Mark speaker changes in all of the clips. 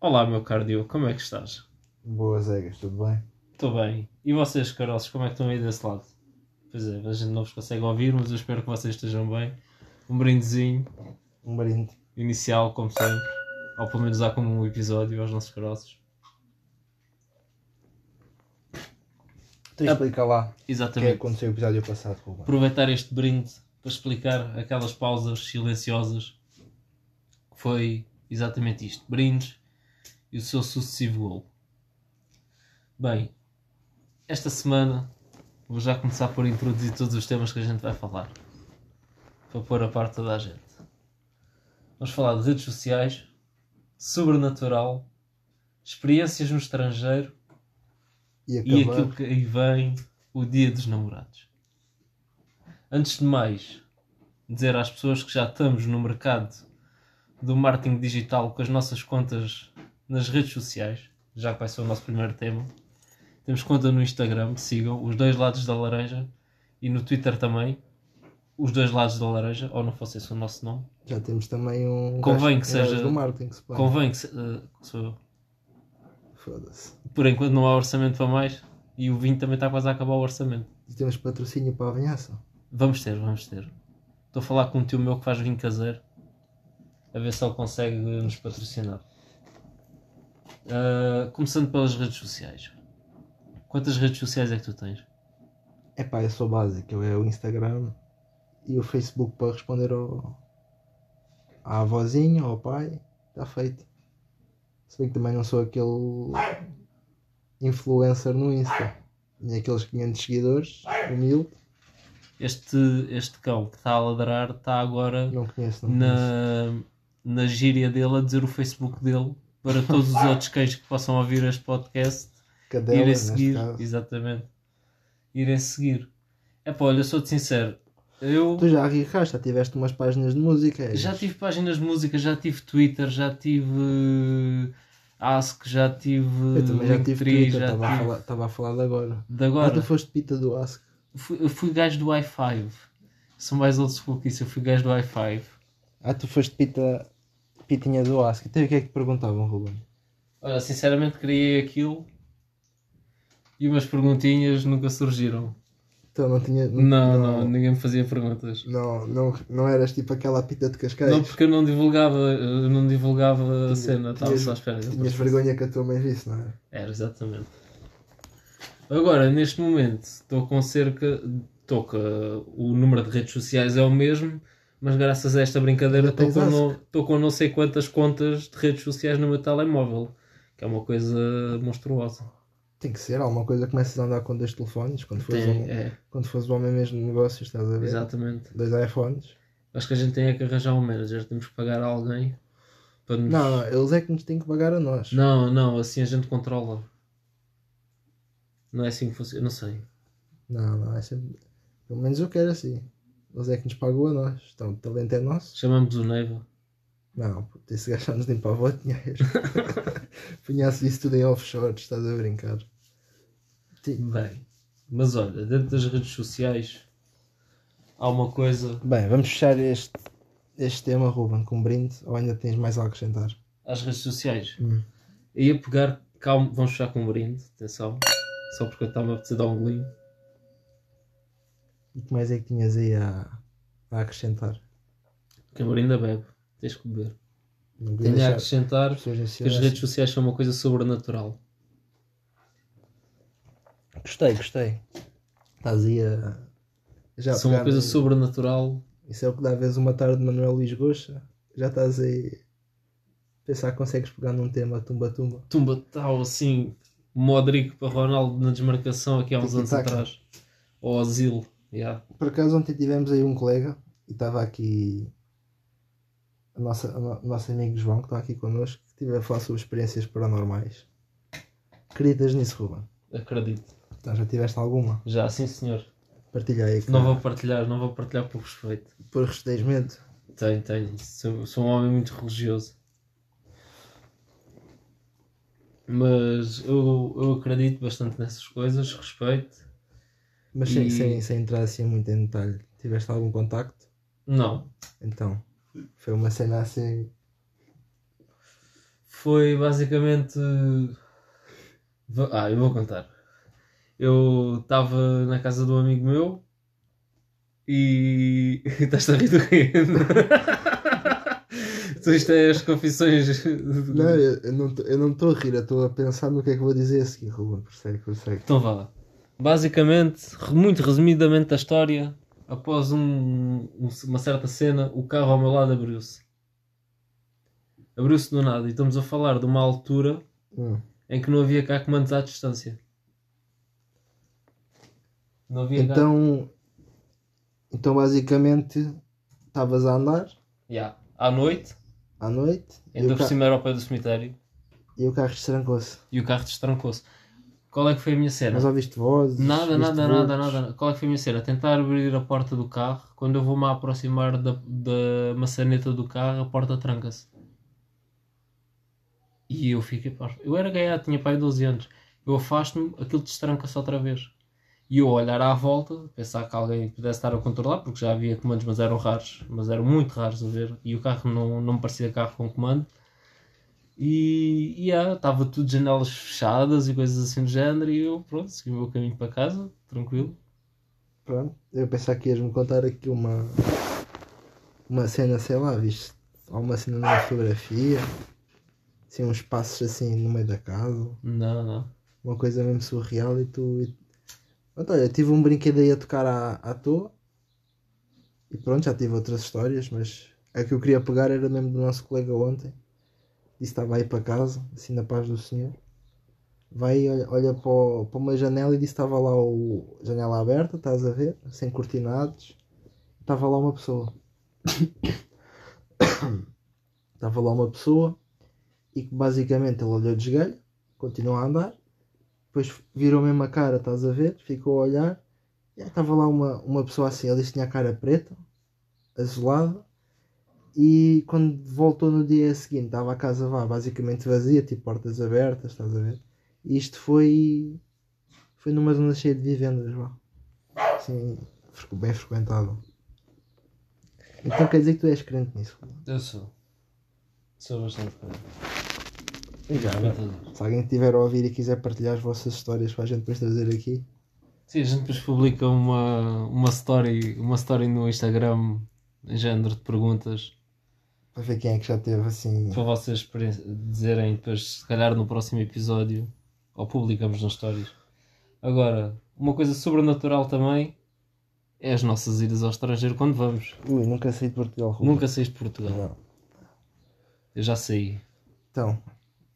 Speaker 1: Olá, meu caro Diogo, como é que estás?
Speaker 2: Boas, Egas, tudo bem?
Speaker 1: Estou bem. E vocês, caroços, como é que estão aí desse lado? Pois é, a gente não vos consegue ouvir, mas eu espero que vocês estejam bem. Um brindezinho
Speaker 2: Um brinde.
Speaker 1: inicial, como sempre. Ou pelo menos há como um episódio aos nossos caroços.
Speaker 2: Tu
Speaker 1: Ah,
Speaker 2: explica lá o que é que
Speaker 1: Exatamente.
Speaker 2: aconteceu no episódio passado, Ruben.
Speaker 1: Aproveitar este brinde para explicar aquelas pausas silenciosas. que Foi exatamente isto. Brindes e o seu sucessivo gol. Bem, esta semana vou já começar por introduzir todos os temas que a gente vai falar. Para pôr a parte toda a gente. Vamos falar de redes sociais, sobrenatural, experiências no estrangeiro
Speaker 2: E
Speaker 1: e
Speaker 2: acabar.
Speaker 1: aquilo que aí vem, o dia dos namorados. Antes de mais, dizer às pessoas que já estamos no mercado do marketing digital com as nossas contas nas redes sociais, já que vai ser o nosso primeiro tema. Temos conta no Instagram, sigam os dois lados da laranja e no Twitter também, os dois lados da laranja, ou não fosse esse o nosso nome.
Speaker 2: Já temos também um.
Speaker 1: Convém
Speaker 2: gajo-
Speaker 1: que
Speaker 2: um
Speaker 1: seja-
Speaker 2: gajo do marketing, se pá.
Speaker 1: Convém que se, eh, que sou eu.
Speaker 2: Foda-se.
Speaker 1: por enquanto não há orçamento para mais e o vinho também está quase a acabar o orçamento.
Speaker 2: E temos patrocínio para a vinhaça.
Speaker 1: Vamos ter, vamos ter. Estou a falar com um tio meu que faz vinho caseiro. A ver se ele consegue nos patrocinar. Ah, começando pelas redes sociais. Quantas redes sociais é que tu tens?
Speaker 2: É pá, eu sou básico. Eu é o Instagram e o Facebook para responder ao. à avózinha, ao pai. Está feito. Se bem que também não sou aquele. influencer no Insta. Tinha aqueles 500 seguidores, humilde.
Speaker 1: Este, este cão que está a ladrar está agora
Speaker 2: Não conheço, não conheço.
Speaker 1: na, na gíria dele a dizer o Facebook dele para todos os outros cães que possam ouvir este podcast
Speaker 2: Cadela,
Speaker 1: irem
Speaker 2: neste
Speaker 1: seguir,
Speaker 2: caso.
Speaker 1: exatamente. Irem seguir. É pá, olha, sou-te sincero. Eu
Speaker 2: Tu já arriscaste, já tiveste umas páginas de música. é?
Speaker 1: já tive páginas de música, já tive Twitter, já tive eh, Ask, já tive
Speaker 2: Eu também já tive
Speaker 1: Linktree,
Speaker 2: Twitter,
Speaker 1: já
Speaker 2: estava
Speaker 1: tive-
Speaker 2: a, falar- tava a falar de agora.
Speaker 1: De
Speaker 2: Ah,
Speaker 1: agora,
Speaker 2: tu foste pita do Ask.
Speaker 1: fui, eu fui gajo do i5. Sou mais old school que isso, eu fui gajo do i5.
Speaker 2: Ah, tu foste pita, pitinha do Ask. Então o que é que te perguntavam, Ruben?
Speaker 1: Olha, sinceramente criei aquilo e umas perguntinhas nunca surgiram.
Speaker 2: Então não tinha.
Speaker 1: Não, não,
Speaker 2: não.
Speaker 1: ninguém me fazia perguntas.
Speaker 2: Não, não, não eras tipo aquela pita de Cascais.
Speaker 1: Não, porque eu não divulgava, eu não divulgava a cena, estava
Speaker 2: tinhas-
Speaker 1: só à espera.
Speaker 2: Tinhas vergonha que a tua mãe visse, não é?
Speaker 1: Era, exatamente. Agora, neste momento, estou com cerca. Estou com. O número de redes sociais é o mesmo, mas graças a esta brincadeira
Speaker 2: Ainda
Speaker 1: estou
Speaker 2: tens
Speaker 1: com, não, estou com não sei quantas contas de redes sociais no meu telemóvel, que é uma coisa monstruosa.
Speaker 2: Tem que ser, alguma coisa começas a andar com dois telefones quando fores,
Speaker 1: Tem-
Speaker 2: um,
Speaker 1: é,
Speaker 2: quando fores o homem mesmo de negócios, estás a ver?
Speaker 1: exatamente.
Speaker 2: Dois iPhones.
Speaker 1: Acho que a gente tem é que arranjar um manager, temos que pagar a alguém para nos.
Speaker 2: Não, não, eles é que nos têm que pagar a nós.
Speaker 1: Não, não, assim a gente controla. Não é assim que funciona, não sei.
Speaker 2: Não, não, é sempre. Pelo menos eu quero assim. Eles é que nos pagou a nós. Então o talento é nosso.
Speaker 1: Chamamos o Neiva.
Speaker 2: Não, puto, esse gajo nos limpava o dinheiro. Punhasse isso tudo em offshore, estás a brincar. Ti-
Speaker 1: Bem, mas olha, dentro das redes sociais há uma coisa.
Speaker 2: Bem, vamos fechar este, este tema, Ruben, com um brinde. Ou ainda tens mais algo a acrescentar?
Speaker 1: As redes sociais.
Speaker 2: Hum.
Speaker 1: Eu ia pegar. Calma, vamos fechar com um brinde, atenção. Só porque eu estava a precisar dar um golinho.
Speaker 2: E que mais é que tinhas aí a, a acrescentar?
Speaker 1: Quem um brinde é bebe. Tens que beber.
Speaker 2: Não queria
Speaker 1: Tenho a
Speaker 2: deixar
Speaker 1: acrescentar
Speaker 2: as pessoas em
Speaker 1: que as
Speaker 2: silêncio.
Speaker 1: redes sociais são uma coisa sobrenatural.
Speaker 2: Gostei, gostei. Estás aí a. Já
Speaker 1: São uma
Speaker 2: pegar
Speaker 1: coisa
Speaker 2: no-
Speaker 1: sobrenatural.
Speaker 2: Isso é o que dá a vez uma tarde de Manuel Luís Goxa. Já estás aí a pensar que consegues pegar num tema tumba-tumba.
Speaker 1: Tumba tal assim. Modric para Ronaldo na desmarcação aqui há uns anos
Speaker 2: Tiki-taka.
Speaker 1: atrás. Ou Osil. Yeah.
Speaker 2: Por acaso ontem tivemos aí um colega e estava aqui a nossa, a no- o nosso amigo João que está aqui connosco, que estive a falar sobre experiências paranormais. Acreditas nisso, Ruben?
Speaker 1: Acredito.
Speaker 2: Então já tiveste alguma?
Speaker 1: Já, sim senhor.
Speaker 2: Partilha aí que
Speaker 1: Não vou partilhar, não vou partilhar por respeito.
Speaker 2: por restringimento.
Speaker 1: Tenho, tenho. Sou, sou um homem muito religioso. Mas eu, eu acredito bastante nessas coisas, respeito.
Speaker 2: Mas sem,
Speaker 1: E-
Speaker 2: sem, sem entrar assim muito em detalhe, tiveste algum contacto?
Speaker 1: Não.
Speaker 2: Então, foi uma cena assim.
Speaker 1: foi basicamente. Va- Ah, eu vou contar. Eu estava na casa de um amigo meu e. Estás-te a rir do quê? Então Isto é as confissões.
Speaker 2: Não, eu, eu não tô- eu não estou a rir, eu estou a pensar no que é que vou dizer a seguir, Ruben. Persegue, persegue.
Speaker 1: Então vá. lá. Basicamente, re- muito resumidamente a história, após um- um- uma certa cena, o carro ao meu lado abriu-se. Abriu-se do nada e estamos a falar de uma altura
Speaker 2: Hum.
Speaker 1: em que não havia cá comandos à distância. Não havia cá.
Speaker 2: Então, então, basicamente, estavas a andar
Speaker 1: Ya. À noite,
Speaker 2: à noite e
Speaker 1: ainda
Speaker 2: o,
Speaker 1: por
Speaker 2: ca-
Speaker 1: cima era ao pé do cemitério
Speaker 2: e o carro estrancou-se.
Speaker 1: e o carro destrancou-se. Qual é que foi a minha cena?
Speaker 2: Mas ouviste vozes?
Speaker 1: Nada,
Speaker 2: viste
Speaker 1: nada, nada,
Speaker 2: vultos?
Speaker 1: nada. Qual é que foi a minha cena? Tentar abrir a porta do carro. Quando eu vou-me a aproximar da, da maçaneta do carro, a porta tranca-se. E eu fiquei. pá, Eu era gaiato, tinha pai 12 anos. Eu afasto-me, aquilo destranca-se outra vez. E eu olhar à volta, pensar que alguém pudesse estar a controlar, porque já havia comandos, mas eram raros. Mas eram muito raros a ver. E o carro não, não me parecia carro com comando. E yeah, estava tudo janelas fechadas e coisas assim do género. E eu, pronto, segui o meu caminho para casa, tranquilo.
Speaker 2: Pronto, eu pensava que ias-me contar aqui uma. Uma cena, sei lá, viste? Alguma cena numa fotografia. Assim, uns passos assim no meio da casa.
Speaker 1: Não, não.
Speaker 2: Uma coisa mesmo surreal e tu. E... Pronto, olha, tive um brinquedo aí a tocar à, à toa. E pronto, já tive outras histórias, mas a que eu queria pegar era mesmo do nosso colega ontem. Disse que estava aí para casa, assim na paz do Senhor. Vai, olha, olha para, o- para uma janela e disse que estava lá o janela aberta, estás a ver? Sem cortinados. Estava lá uma pessoa. estava lá uma pessoa e que basicamente ele olhou de esgalho, continuou a andar, depois virou mesmo a cara, estás a ver? Ficou a olhar. E aí estava lá uma, uma pessoa assim, ele disse que tinha a cara preta, azulada. E quando voltou no dia seguinte, estava a casa vá, basicamente vazia, tipo portas abertas, estás a ver? E isto foi. Foi numa zona cheia de vivendas, vá. Assim, frequ- bem frequentada. Então quer dizer que tu és crente nisso?
Speaker 1: Eu sou. Sou bastante coisa.
Speaker 2: Se alguém tiver a ouvir e quiser partilhar as vossas histórias para a gente depois trazer aqui,
Speaker 1: Sim, a gente depois publica uma, uma, story, uma story no Instagram em género de perguntas
Speaker 2: para ver quem é que já teve assim.
Speaker 1: para vocês experi- dizerem depois, se calhar no próximo episódio, ou publicamos nas stories. Agora, uma coisa sobrenatural também é as nossas idas ao estrangeiro quando vamos.
Speaker 2: Ui, nunca saí de Portugal. Ruben.
Speaker 1: Nunca saís de Portugal.
Speaker 2: Não.
Speaker 1: Eu já saí.
Speaker 2: Então,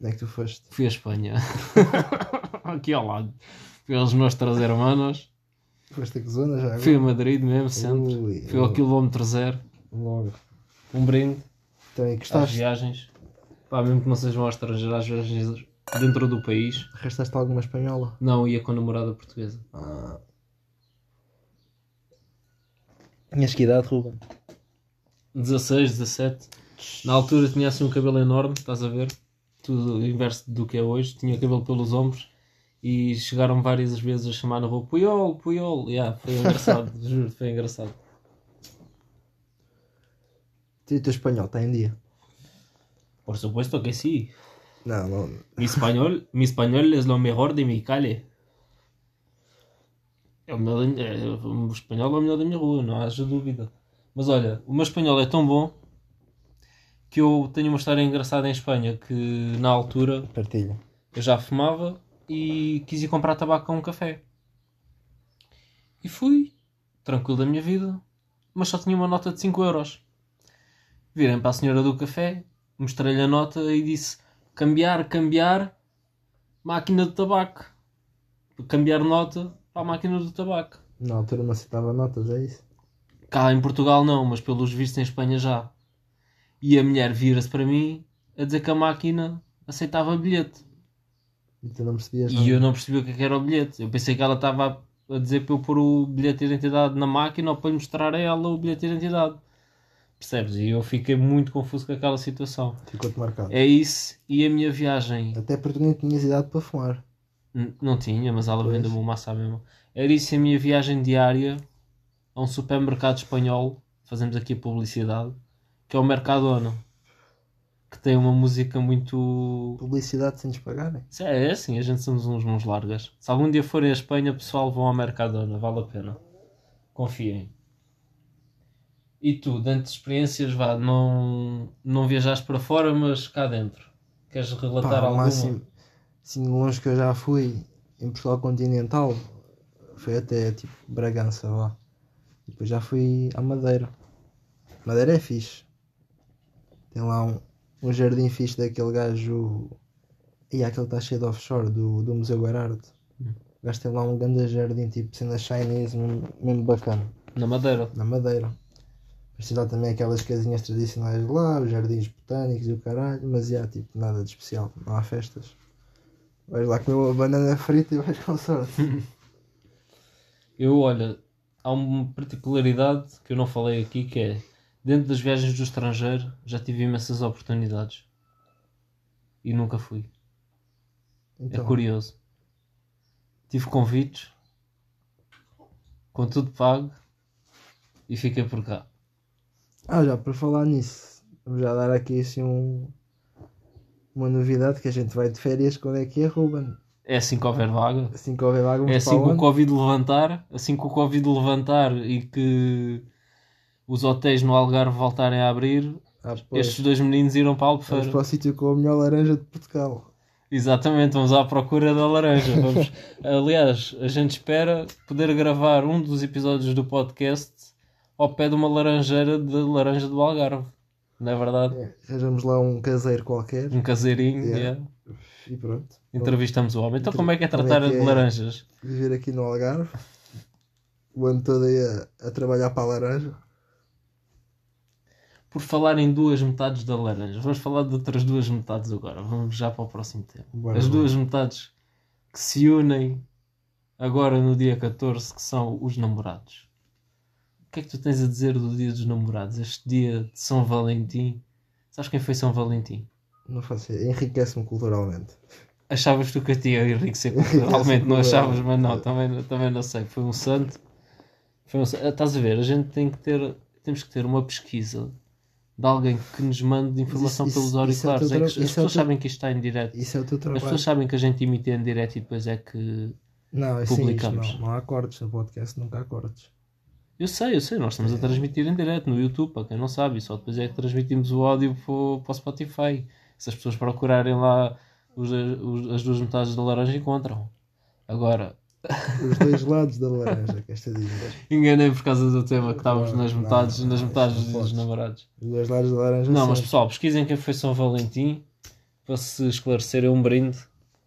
Speaker 2: onde é que tu foste?
Speaker 1: Fui à Espanha. Aqui ao lado. Fui aos nossos hermanos.
Speaker 2: Foste a que zona já agora?
Speaker 1: Fui a Madrid mesmo, centro.
Speaker 2: Ui,
Speaker 1: Fui ao
Speaker 2: ui.
Speaker 1: quilómetro zero.
Speaker 2: Logo.
Speaker 1: Um brinde
Speaker 2: Então, e
Speaker 1: às
Speaker 2: gostaste?
Speaker 1: viagens. Pá, mesmo que não sejam ao estrangeiro, às viagens dentro do país.
Speaker 2: Arrastaste alguma espanhola?
Speaker 1: Não, ia com a namorada portuguesa.
Speaker 2: Ah. Tinhas que idade, Ruben?
Speaker 1: 16, 17. Na altura tinha assim um cabelo enorme, estás a ver? Tudo o inverso do que é hoje. Tinha cabelo pelos ombros e chegaram várias vezes a chamar na rua Puyol, Puyol. Yeah, foi engraçado, juro, foi engraçado.
Speaker 2: Tu e o teu espanhol, está em dia?
Speaker 1: Por supuesto que sim.
Speaker 2: Não, não.
Speaker 1: Mi espanhol, mi espanhol es lo mejor de mi calle. É o, melhor da, é, o espanhol é o melhor da minha rua, não haja dúvida. Mas olha, o meu espanhol é tão bom que eu tenho uma história engraçada em Espanha que na altura
Speaker 2: Partilha.
Speaker 1: eu já fumava e quis ir comprar tabaco com um café. E fui, tranquilo da minha vida, mas só tinha uma nota de 5 euros. Virei para a senhora do café, mostrei-lhe a nota e disse: cambiar, cambiar, máquina de tabaco. Cambiar nota para a máquina do tabaco.
Speaker 2: Na altura não aceitava notas, é isso?
Speaker 1: Cá em Portugal não, mas pelos vistos em Espanha já. E a mulher vira-se para mim a dizer que a máquina aceitava bilhete.
Speaker 2: E tu não percebias
Speaker 1: E
Speaker 2: nada.
Speaker 1: eu não percebi o que é que era o bilhete. Eu pensei que ela estava a dizer para eu pôr o bilhete de identidade na máquina ou para lhe mostrar a ela o bilhete de identidade. Percebes? E eu fiquei muito confuso com aquela situação.
Speaker 2: Ficou-te marcado.
Speaker 1: É isso e a minha viagem.
Speaker 2: Até porque tu nem tinhas idade para fumar.
Speaker 1: N- Não tinha, mas ela
Speaker 2: Pois.
Speaker 1: vendeu-me massa à mesma. Era isso e a minha viagem diária a um supermercado espanhol. Fazemos aqui a publicidade. Que é o Mercadona. que tem uma música muito.
Speaker 2: Publicidade sem nos pagarem.
Speaker 1: Isso É é assim, a gente somos uns mãos largas. Se algum dia forem à Espanha, pessoal, vão ao Mercadona, vale a pena. Confiem. E tu, dentro de experiências, vá, não, não viajaste para fora, mas cá dentro. Queres relatar
Speaker 2: Pá, o
Speaker 1: alguma?
Speaker 2: máximo, assim, longe que eu já fui em Portugal continental foi até tipo Bragança lá. E depois já fui à Madeira. Madeira é fixe. Tem lá um, um jardim fixe daquele gajo. E aquele que está cheio de offshore do, do Museu Guarardo.
Speaker 1: Hum.
Speaker 2: O gajo tem lá um grande jardim, tipo cena chinese, mesmo, mesmo bacana.
Speaker 1: Na Madeira.
Speaker 2: na Madeira. Mas tem lá também aquelas casinhas tradicionais de lá, os jardins botânicos e o caralho, mas já, tipo, nada de especial, não há festas. Vais lá comer uma banana frita e vais com sorte.
Speaker 1: Eu, olha, há uma particularidade que eu não falei aqui que é dentro das viagens do estrangeiro já tive imensas oportunidades e nunca fui.
Speaker 2: Então,
Speaker 1: É curioso. Tive convites, com tudo pago e fiquei por cá.
Speaker 2: ah, já, para falar nisso, vamos já dar aqui assim um, uma novidade que a gente vai de férias quando é que é, Ruben?
Speaker 1: É assim que houver vaga.
Speaker 2: Assim que houver lá, vamos
Speaker 1: É
Speaker 2: para
Speaker 1: assim que o
Speaker 2: onde?
Speaker 1: Covid levantar, assim que o Covid levantar e que os hotéis no Algarve voltarem a abrir,
Speaker 2: Ah, pois,
Speaker 1: estes dois meninos irão para
Speaker 2: vamos
Speaker 1: Albufeira.
Speaker 2: para o sítio com a melhor laranja de Portugal.
Speaker 1: Exatamente, vamos à procura da laranja. Vamos... Aliás, a gente espera poder gravar um dos episódios do podcast ao pé de uma laranjeira de laranja do Algarve. Não é verdade?
Speaker 2: É, arranjamos lá um caseiro qualquer
Speaker 1: Um caseirinho.
Speaker 2: Yeah.
Speaker 1: yeah.
Speaker 2: e pronto.
Speaker 1: Entrevistamos o homem. Então,
Speaker 2: Entre-
Speaker 1: como é que é
Speaker 2: como é
Speaker 1: tratar
Speaker 2: que
Speaker 1: de
Speaker 2: é?
Speaker 1: laranjas?
Speaker 2: viver aqui no Algarve, o ano todo aí a, a trabalhar para a laranja.
Speaker 1: Por falar em duas metades da laranja, vamos falar de outras duas metades agora. Vamos já para o próximo tema.
Speaker 2: Bora,
Speaker 1: As
Speaker 2: bora.
Speaker 1: duas metades que se unem agora no dia 14, que são os namorados. O que é que tu tens a dizer do dia dos namorados? Este dia de São Valentim. Sabes quem foi São Valentim?
Speaker 2: Não faço ideia, enriquece-me culturalmente.
Speaker 1: Achavas tu que eu tinha enriquecer culturalmente? não achavas, mas não, também, não- também não sei. Foi um santo. Foi um santo. Estás a ver, a gente tem que ter, temos que ter uma pesquisa de alguém que nos mande informação
Speaker 2: isso-
Speaker 1: pelos
Speaker 2: isso é
Speaker 1: auriculares.
Speaker 2: teu
Speaker 1: É que
Speaker 2: tra-
Speaker 1: as
Speaker 2: isso é
Speaker 1: pessoas
Speaker 2: teu-
Speaker 1: sabem que isto está em direto.
Speaker 2: Isso é o teu
Speaker 1: As
Speaker 2: trabalho.
Speaker 1: pessoas sabem que a gente emite em direto e depois é que.
Speaker 2: Não, assim, isto
Speaker 1: publicamos.
Speaker 2: não. Não há cortes no podcast, nunca há cortes.
Speaker 1: Eu sei, eu sei, nós
Speaker 2: É.
Speaker 1: estamos a transmitir em direto no YouTube, para quem não sabe, e só depois é que transmitimos o áudio para o- para o Spotify. Se as pessoas procurarem lá os- eh, os- as duas metades da laranja, encontram. Agora,
Speaker 2: Os dois lados da laranja, que esta dizer.
Speaker 1: enganei por causa do tema que estávamos
Speaker 2: Não,
Speaker 1: nas
Speaker 2: não,
Speaker 1: metades,
Speaker 2: não,
Speaker 1: nas
Speaker 2: isso
Speaker 1: metades
Speaker 2: não
Speaker 1: dos Dias dos
Speaker 2: podes.
Speaker 1: namorados.
Speaker 2: Os dois lados da laranja
Speaker 1: Não, mas
Speaker 2: sempre.
Speaker 1: pessoal, pesquisem quem foi São Valentim para se esclarecer. É um brinde.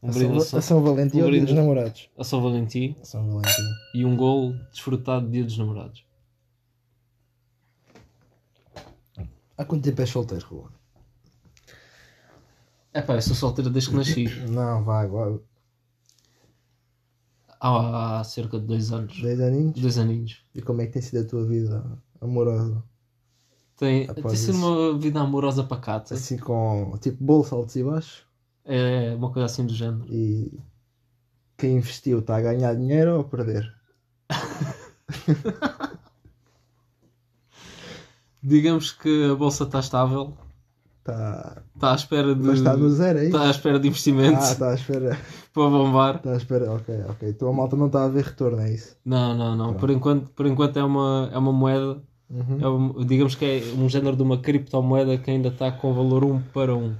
Speaker 1: Um
Speaker 2: A
Speaker 1: brinde
Speaker 2: São,
Speaker 1: a
Speaker 2: a
Speaker 1: São,
Speaker 2: São Valentim
Speaker 1: um
Speaker 2: ou Dia
Speaker 1: brinde.
Speaker 2: dos Namorados?
Speaker 1: a São Valentim
Speaker 2: A São Valentim.
Speaker 1: e um gol desfrutado de Dia dos Namorados.
Speaker 2: Há quanto tempo és solteiro, Rua?
Speaker 1: É pá, eu sou solteiro desde que nasci.
Speaker 2: Não, vá, agora.
Speaker 1: Há, há cerca de dois anos.
Speaker 2: Dois aninhos?
Speaker 1: Dois aninhos.
Speaker 2: E como é que tem sido a tua vida amorosa?
Speaker 1: Tem,
Speaker 2: Após
Speaker 1: tem sido
Speaker 2: isso.
Speaker 1: uma vida amorosa pacata.
Speaker 2: Assim com, tipo, bolsa altos e baixos?
Speaker 1: É uma coisa assim do género.
Speaker 2: E quem investiu está a ganhar dinheiro ou a perder?
Speaker 1: Digamos que a bolsa está estável,
Speaker 2: Está.
Speaker 1: está à espera de.
Speaker 2: Mas está Tá, no zero aí?
Speaker 1: está à espera de investimentos
Speaker 2: Ah, está à espera.
Speaker 1: para bombar.
Speaker 2: Está à espera. Ok, ok. Então a malta não está a ver retorno, é isso?
Speaker 1: Não, não, não. Por enquanto, por enquanto é, uma, é uma moeda.
Speaker 2: Uhum.
Speaker 1: é um- digamos que é um género de uma criptomoeda que ainda está com valor 1 para 1.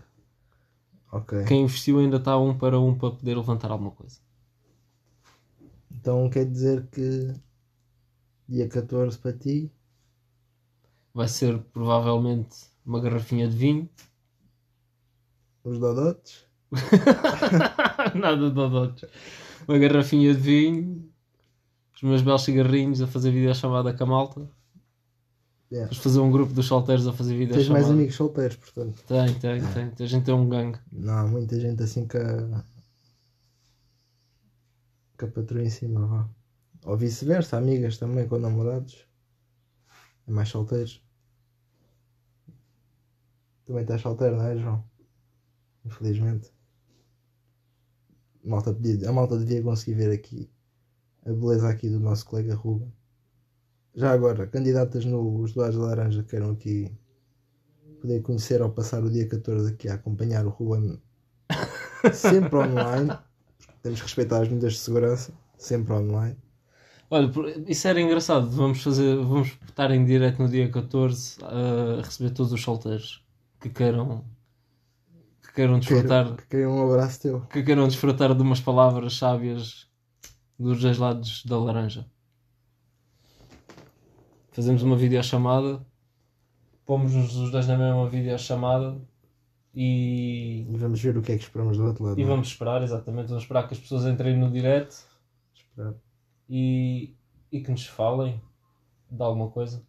Speaker 2: Ok.
Speaker 1: Quem investiu ainda está 1 para 1 para poder levantar alguma coisa.
Speaker 2: Então quer dizer que dia 14 para ti,
Speaker 1: Vai ser provavelmente uma garrafinha de vinho.
Speaker 2: os dodotes,
Speaker 1: Nada de dodotes. Uma garrafinha de vinho, os meus belos cigarrinhos a fazer videochamada com a malta.
Speaker 2: Yeah.
Speaker 1: Depois fazer um grupo dos solteiros a fazer
Speaker 2: tens mais
Speaker 1: videochamada.
Speaker 2: amigos solteiros, portanto.
Speaker 1: Tem, tem, tem. A gente é um gangue.
Speaker 2: Não há muita gente assim que a. que a patroa em cima, vá. Ou vice-versa, amigas também com namorados. É mais solteiros. Também estás solteiro, não é, João? Infelizmente. A malta, podia- a malta devia conseguir ver aqui a beleza aqui do nosso colega Ruben. Já agora, candidatas nos Duares de Laranja que queiram aqui poder conhecer ao passar o dia 14 aqui a acompanhar o Ruben sempre online. porque Temos que respeitar as medidas de segurança, sempre online.
Speaker 1: Olha, por- isso era engraçado. Vamos fazer, vamos estar em direto no dia 14 a receber todos os solteiros que queiram que queiram desfrutar,
Speaker 2: Quero, quero um abraço teu.
Speaker 1: que queiram desfrutar de umas palavras sábias dos dois lados da laranja. Fazemos uma videochamada, pomos-nos os dois na mesma videochamada e
Speaker 2: E vamos ver o que é que esperamos do outro lado.
Speaker 1: E
Speaker 2: não é?
Speaker 1: vamos esperar, exatamente, vamos esperar que as pessoas entrem no direct
Speaker 2: Esperar.
Speaker 1: e, e que nos falem de alguma coisa.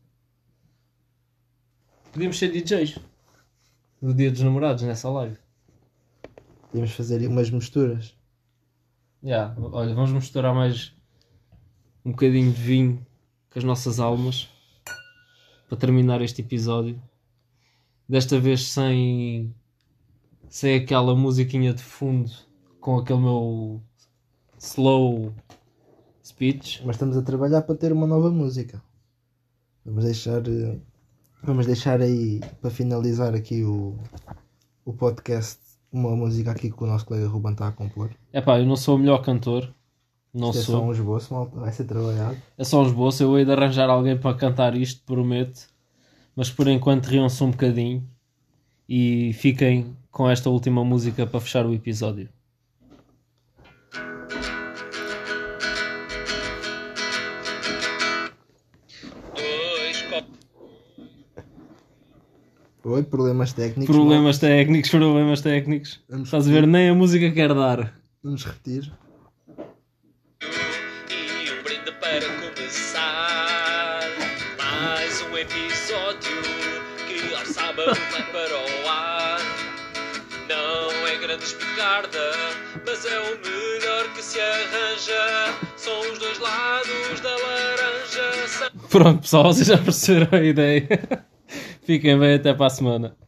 Speaker 1: Podíamos ser DJs no dia dos namorados, nessa live.
Speaker 2: Podíamos fazer umas misturas.
Speaker 1: Yeah, olha, vamos misturar mais um bocadinho de vinho com as nossas almas para terminar este episódio. Desta vez sem, sem aquela musiquinha de fundo com aquele meu slow speech.
Speaker 2: Mas estamos a trabalhar para ter uma nova música. Vamos deixar. eh, Vamos deixar aí para finalizar aqui o, o podcast uma música aqui que o nosso colega Ruben está a compor.
Speaker 1: É pá, eu não sou o melhor cantor. Não
Speaker 2: Isto é
Speaker 1: sou.
Speaker 2: só um esboço, malta, vai ser trabalhado.
Speaker 1: É só um esboço. Eu hei de arranjar alguém para cantar isto, prometo. Mas por enquanto riam-se um bocadinho e fiquem com esta última música para fechar o episódio.
Speaker 3: Dois copos.
Speaker 2: Oi, problemas técnicos. malta.
Speaker 1: Problemas técnicos, problemas técnicos.
Speaker 2: Vamos-
Speaker 1: Estás a ver? Nem a música quer dar.
Speaker 2: Vamos repetir.
Speaker 3: E um brinde para começar mais um episódio que ao sábado vai para o ar. Não é grande espicarda, mas é o melhor que se arranja. São os dois lados da laranja.
Speaker 1: Pronto, pessoal, vocês já perceberam a ideia. Fiquem bem, até para a semana.